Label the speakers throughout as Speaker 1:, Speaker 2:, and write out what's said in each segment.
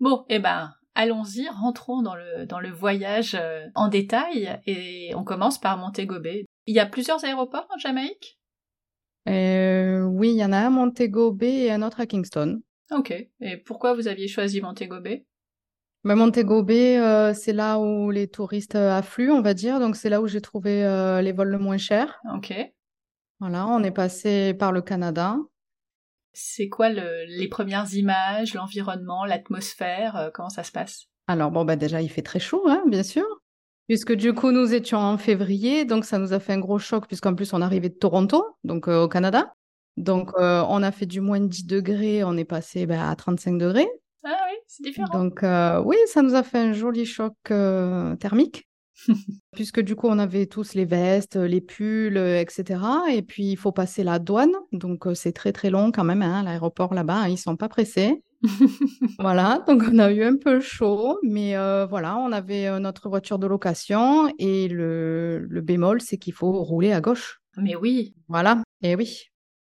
Speaker 1: Bon, eh ben, allons-y, rentrons dans le, dans le voyage euh, en détail et on commence par Montego Bay. Il y a plusieurs aéroports en Jamaïque
Speaker 2: Euh, oui, il y en a un à Montego Bay et un autre à Kingston.
Speaker 1: Ok. Et pourquoi vous aviez choisi Montego Bay
Speaker 2: Mais Montego Bay, euh, c'est là où les touristes euh, affluent, on va dire. Donc, c'est là où j'ai trouvé euh, les vols le moins cher.
Speaker 1: Ok.
Speaker 2: Voilà, on est passé par le Canada.
Speaker 1: C'est quoi le- les premières images, l'environnement, l'atmosphère euh, Comment ça se passe
Speaker 2: Alors, bon, bah, déjà, il fait très chaud, hein, bien sûr. Puisque du coup, nous étions en février, donc ça nous a fait un gros choc, puisqu'en plus, on arrivait de Toronto, donc euh, au Canada. Donc, euh, on a fait du moins 10 degrés, on est passé bah, à 35 degrés.
Speaker 1: Ah oui, c'est différent.
Speaker 2: Donc, euh, oui, ça nous a fait un joli choc euh, thermique, puisque du coup, on avait tous les vestes, les pulls, euh, etc. Et puis, il faut passer la douane. Donc, euh, c'est très, très long quand même, hein, l'aéroport là-bas, hein, ils sont pas pressés. Voilà, donc on a eu un peu chaud, mais euh, voilà, on avait euh, notre voiture de location et le, le bémol, c'est qu'il faut rouler à gauche.
Speaker 1: Mais oui.
Speaker 2: Voilà, et oui.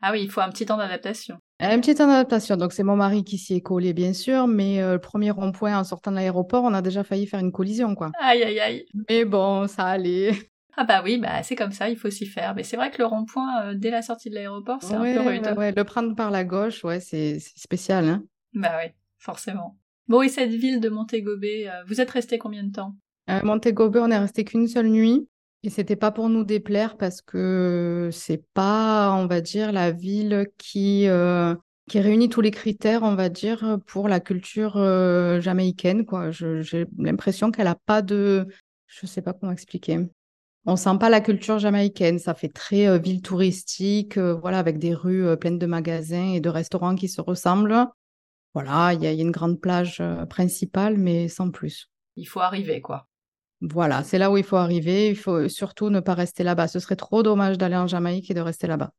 Speaker 1: Ah oui, il faut un petit temps d'adaptation.
Speaker 2: Un petit temps d'adaptation. Donc, c'est mon mari qui s'y est collé, bien sûr, mais euh, le premier rond-point en sortant de l'aéroport, on a déjà failli faire une collision, quoi.
Speaker 1: Aïe, aïe, aïe.
Speaker 2: Mais bon, ça allait.
Speaker 1: Ah bah oui, bah c'est comme ça, il faut s'y faire. Mais c'est vrai que le rond-point, euh, dès la sortie de l'aéroport, c'est
Speaker 2: Ouais,
Speaker 1: un peu rude.
Speaker 2: ouais, ouais. Le prendre par la gauche, ouais, c'est c'est spécial, hein.
Speaker 1: Bah oui, forcément. Bon, et cette ville de Montego Bay, euh, vous êtes resté combien de temps
Speaker 2: À Montego Bay, on est resté qu'une seule nuit et c'était pas pour nous déplaire parce que c'est pas, on va dire, la ville qui, euh, qui réunit tous les critères, on va dire, pour la culture euh, jamaïcaine, quoi. Je- j'ai l'impression qu'elle a pas de, je sais pas comment expliquer. On sent pas la culture jamaïcaine, ça fait très euh, ville touristique, euh, voilà, avec des rues euh, pleines de magasins et de restaurants qui se ressemblent. Voilà, il y a, il y a une grande plage euh, principale, mais sans plus.
Speaker 1: Il faut arriver, quoi.
Speaker 2: Voilà, c'est là où il faut arriver. Il faut surtout ne pas rester là-bas. Ce serait trop dommage d'aller en Jamaïque et de rester là-bas.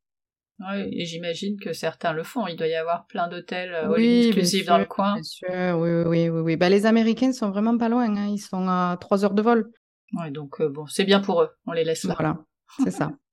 Speaker 1: Ouais, et j'imagine que certains le font. Il doit y avoir plein d'hôtels euh, all
Speaker 2: Oui, bien
Speaker 1: inclusive dans
Speaker 2: sûr,
Speaker 1: le coin.
Speaker 2: Bien sûr, oui, oui, oui, oui, oui. Bah, les Américains sont vraiment pas loin. hein. Ils sont à trois heures de vol.
Speaker 1: Ouais, donc euh, bon, c'est bien pour eux. On les laisse là.
Speaker 2: Voilà, c'est ça.